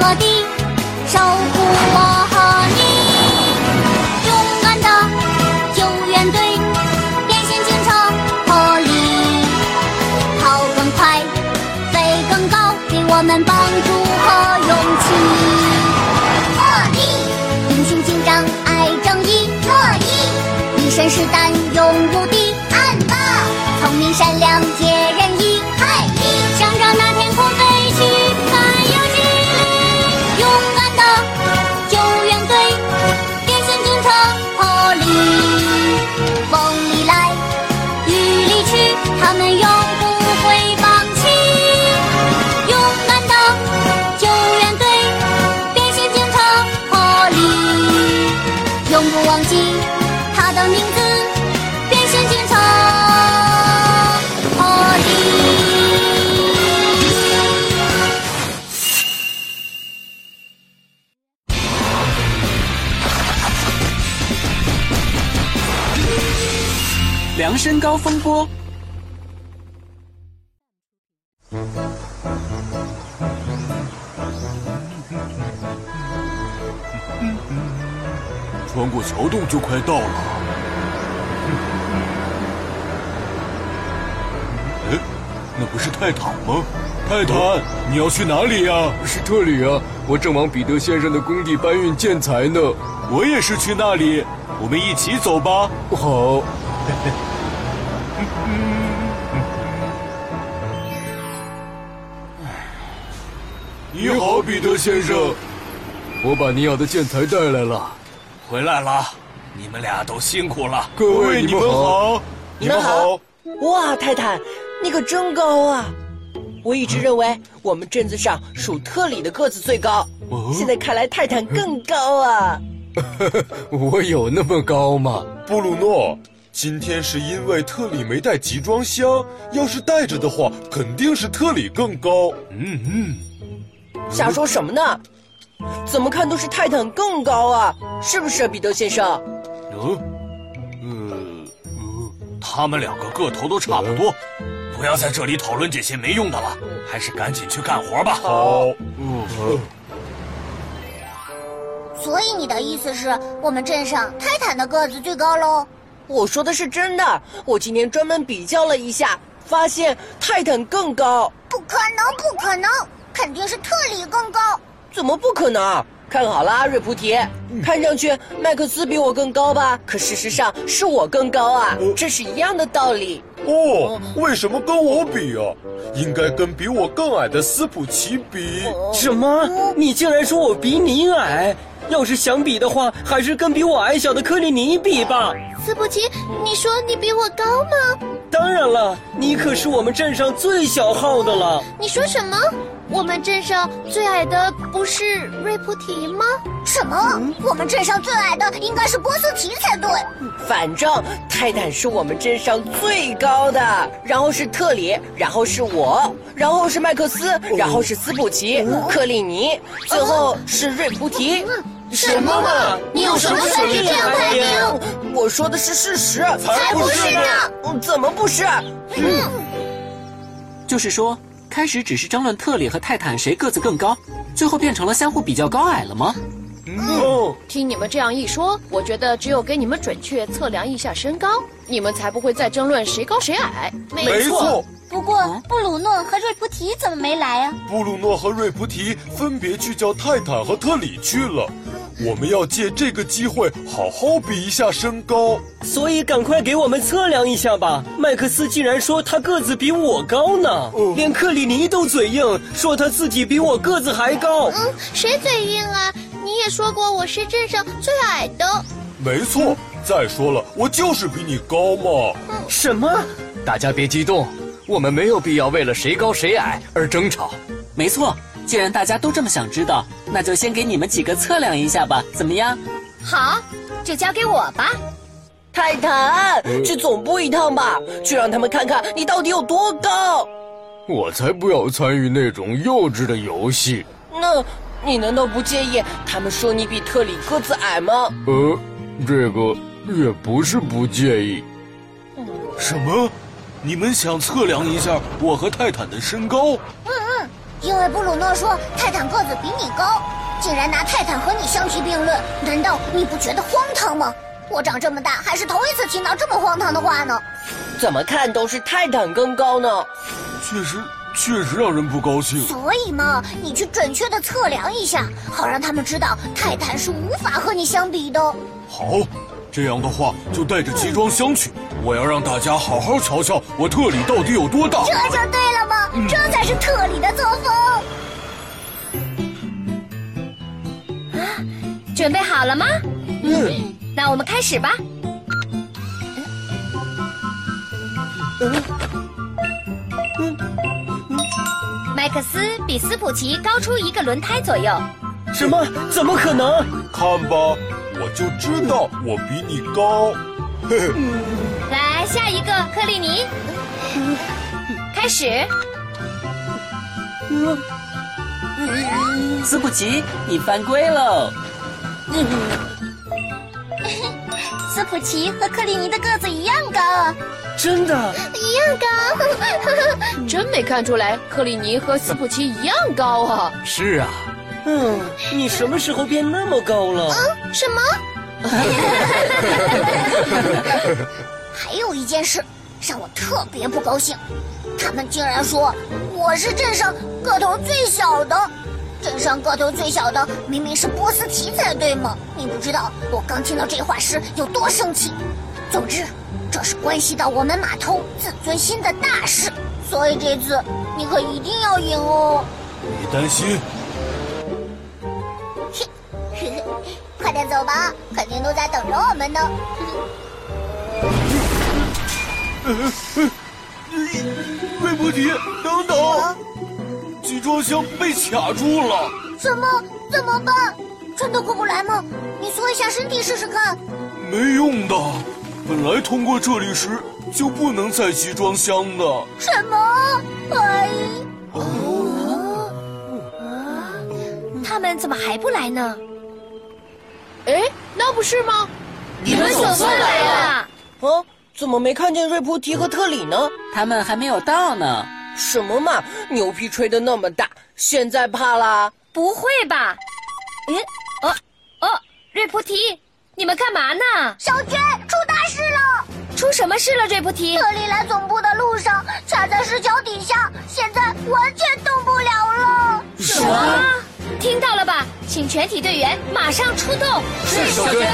和地，守护我和你。勇敢的救援队，变形警车破例，跑更快，飞更高，给我们帮助和勇气。破例，英雄警长爱正义，破例，一身是胆勇无敌，暗霸，聪明善良解人意，海力，想让那天空飞去，还有激励，勇敢的救援队，变形警车破例，风里来，雨里去，他们永不会放弃。勇敢的救援队，变形警车破例。永不忘记他的名字，变形警察哈利。梁山高风波。穿过桥洞就快到了。哎，那不是泰坦吗？泰坦，你要去哪里呀、是这里啊，我正往彼得先生的工地搬运建材呢。我也是去那里，我们一起走吧。好， 你好，彼得先生，我把你要的建材带来了。回来了，你们俩都辛苦了。各位你们好，，你们好。哇，泰坦，你可真高啊！我一直认为我们镇子上属特里的个子最高，哦现在看来泰坦更高啊！我有那么高吗？布鲁诺，今天是因为特里没带集装箱，要是带着的话，肯定是特里更高。瞎说什么呢？怎么看都是泰坦更高啊，是不是，彼得先生？他们两个个头都差不多，不要在这里讨论这些没用的了，还是赶紧去干活吧。好，所以你的意思是我们镇上泰坦的个子最高喽？我说的是真的，我今天专门比较了一下，发现泰坦更高，不可能，不可能，肯定是特里更高。怎么不可能？看好了啊，瑞菩提，嗯看上去麦克斯比我更高吧？可事实上是我更高啊，哦这是一样的道理。哦，为什么跟我比啊？应该跟比我更矮的斯普奇比。什么？你竟然说我比你矮？要是想比的话，还是跟比我矮小的克里尼比吧。斯普奇，你说你比我高吗？当然了，你可是我们镇上最小号的了。你说什么？我们镇上最矮的不是瑞菩提吗？嗯什么？我们镇上最矮的应该是波斯提才对。反正泰坦是我们镇上最高的，然后是特里，然后是我，然后是麦克斯，然后是斯普奇、克里尼，最后是瑞菩提。什么嘛你有什么权利这样排名？我说的是事实，才不是呢！嗯怎么不是？嗯嗯就是说，开始只是争论特里和泰坦谁个子更高，最后变成了相互比较高矮了吗？听你们这样一说，我觉得只有给你们准确测量一下身高，你们才不会再争论谁高谁矮。没没错，不嗯过布鲁诺和瑞菩提怎么没来啊呀、布鲁诺和瑞菩提分别去叫泰坦和特里去了。我们要借这个机会好好比一下身高。所以赶快给我们测量一下吧。麦克斯竟然说他个子比我高呢，哦连克里尼都嘴硬，说他自己比我个子还高。嗯，谁嘴硬啊？你也说过我是镇上最矮的。没错，再说了，我就是比你高嘛。什么？大家别激动，我们没有必要为了谁高谁矮而争吵。没错，既然大家都这么想知道，那就先给你们几个测量一下吧，怎么样？好，就交给我吧。泰坦，去总部一趟吧，去让他们看看你到底有多高。我才不要参与那种幼稚的游戏。那你难道不介意他们说你比特里个子矮吗？呃，这个也不是不介意。什么？你们想测量一下我和泰坦的身高？因为布鲁诺说泰坦个子比你高，竟然拿泰坦和你相提并论，难道你不觉得荒唐吗？我长这么大还是头一次听到这么荒唐的话呢。怎么看都是泰坦更高呢。确实，确啊实让人不高兴。所以嘛，你去准确的测量一下，好让他们知道泰坦是无法和你相比的。哦好，这样的话就带着集装箱去，我要让大家好好瞧瞧我特里到底有多大。嗯这就对了嘛，这才是特里的作风。啊准备好了吗？嗯，那我们开始吧。麦克斯比斯普奇高出一个轮胎左右。什么？怎么可能？看吧，我就知道我比你高。嘿嘿，来，下一个克 利尼，开始。斯普奇，你犯规喽！斯普奇和克里尼的个子一样高啊，真的？一样 高。真没看出来，克里尼和斯普奇一样高啊！是啊，嗯，你什么时候变那么高了？什么？ 还有一件事让我特别不高兴，他们竟然说我是镇上个头最小的。镇上个头最小的明明是波斯提才对吗？你不知道我刚听到这话时有多生气。总之，这是关系到我们码头自尊心的大事，所以这次你可一定要赢哦！ 别担心，嘿，嘿嘿，快点走吧，肯定都在等着我们呢。瑞波提，等等，集装箱被卡住了。怎么怎么办？真的过不来吗？你缩一下身体试试看。没用的，本来通过这里时就不能载集装箱的。什么？哎，哦他们怎么还不来呢？哎，那不是吗？你们总算来了。啊，怎么没看见瑞菩提和特里呢？他们还没有到呢。什么嘛，牛皮吹得那么大，现在怕啦？不会吧？嗯，哦哦，瑞菩提，你们干嘛呢？小娟出大事了！出什么事了，瑞菩提？特里来总部的路上卡在石桥底下，现在完全动不了了。什么？听到了吧？请全体队员马上出动！是小娟。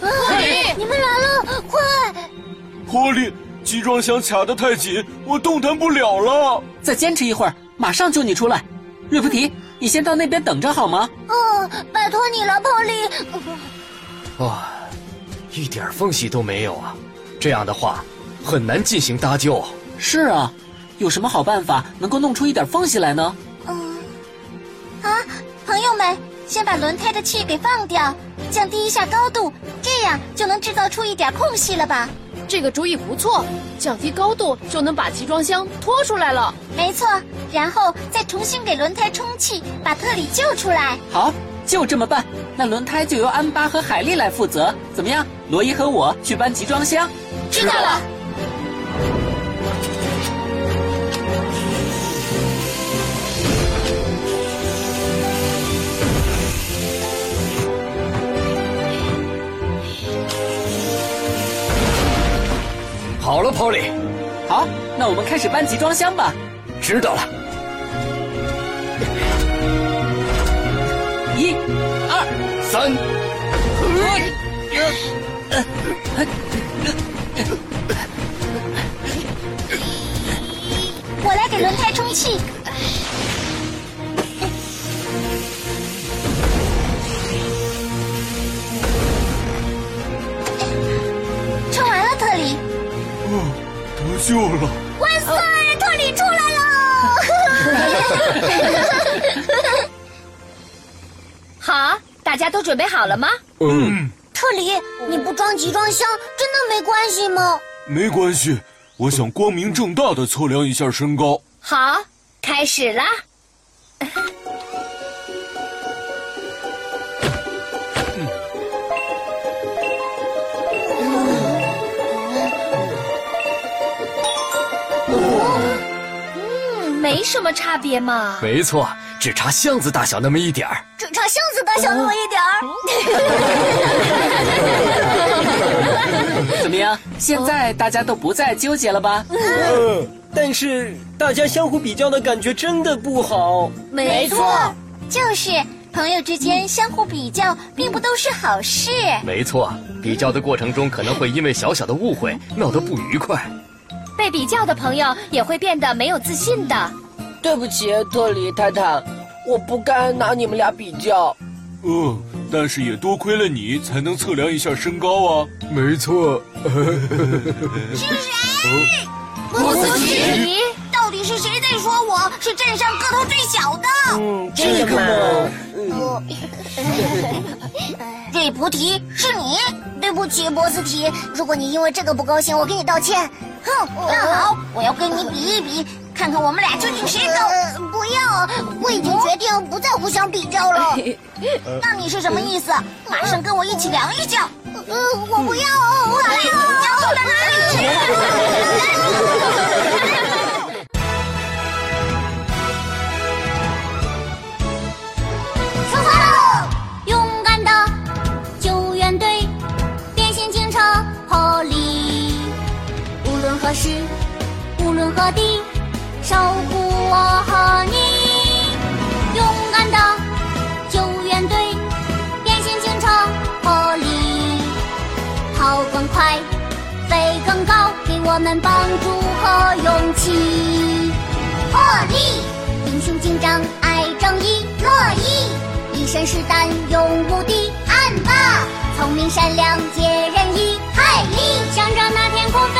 哎你们来了，快！波利，集装箱卡得太紧，我动弹不了了。再坚持一会儿，马上救你出来。瑞菩提，你先到那边等着好吗？哦，拜托你了，波利。哇，一点缝隙都没有啊！这样的话，很难进行搭救。是啊，有什么好办法能够弄出一点缝隙来呢？嗯，啊，朋友们，先把轮胎的气给放掉，降低一下高度，这样就能制造出一点空隙了吧？这个主意不错，降低高度就能把集装箱拖出来了。没错，然后再重新给轮胎充气，把特里救出来。好，就这么办。那轮胎就由安巴和海莉来负责，怎么样？罗伊和我去搬集装箱。知道了。好了，Polly，好，那我们开始搬集装箱吧。知道了。一、二、三。我来给轮胎充气。充完了，特里。哦，得救了！万岁！特里出 来喽！好，大家都准备好了吗？嗯，特里，你不装集装箱真的没关系吗？没关系，我想光明正大的测量一下身高。好，开始啦！嗯，没什么差别嘛。没错，只差巷子大小那么一点儿。只差巷子大小那么一点哦儿。怎么样？现在大家都不再纠结了吧？嗯，但是大家相互比较的感觉真的不好。没错，就是朋友之间相互比较，并不都是好事。没错，比较的过程中可能会因为小小的误会闹得不愉快。被比较的朋友也会变得没有自信的。对不起，特里泰坦，我不该拿你们俩比较。嗯，但是也多亏了你，才能测量一下身高啊。没错。是谁？木子奇，到底是谁在说我是镇上个头最小的？嗯，这个嘛。嗯、 瑞菩提是你，对不起，波斯提，如果你因为这个不高兴，我给你道歉。哼，那好，我要跟你比一比，看看我们俩究竟谁高、呃。不要，我已经决定不再互相比较了。 那你是什么意思？马上跟我一起量一下。哎呃，我不要，我不要，要到哪里去？出发喽！勇敢的救援队，变形警车破例，无论何时，无论何地，守护我和你。勇敢的救援队，变形警车破例，跑更快，飞更高，给我们帮助和勇气。破例，英雄警长爱正义，乐意。一身是胆勇无敌，暗霸聪明善良解人意，太力向着那天空飞。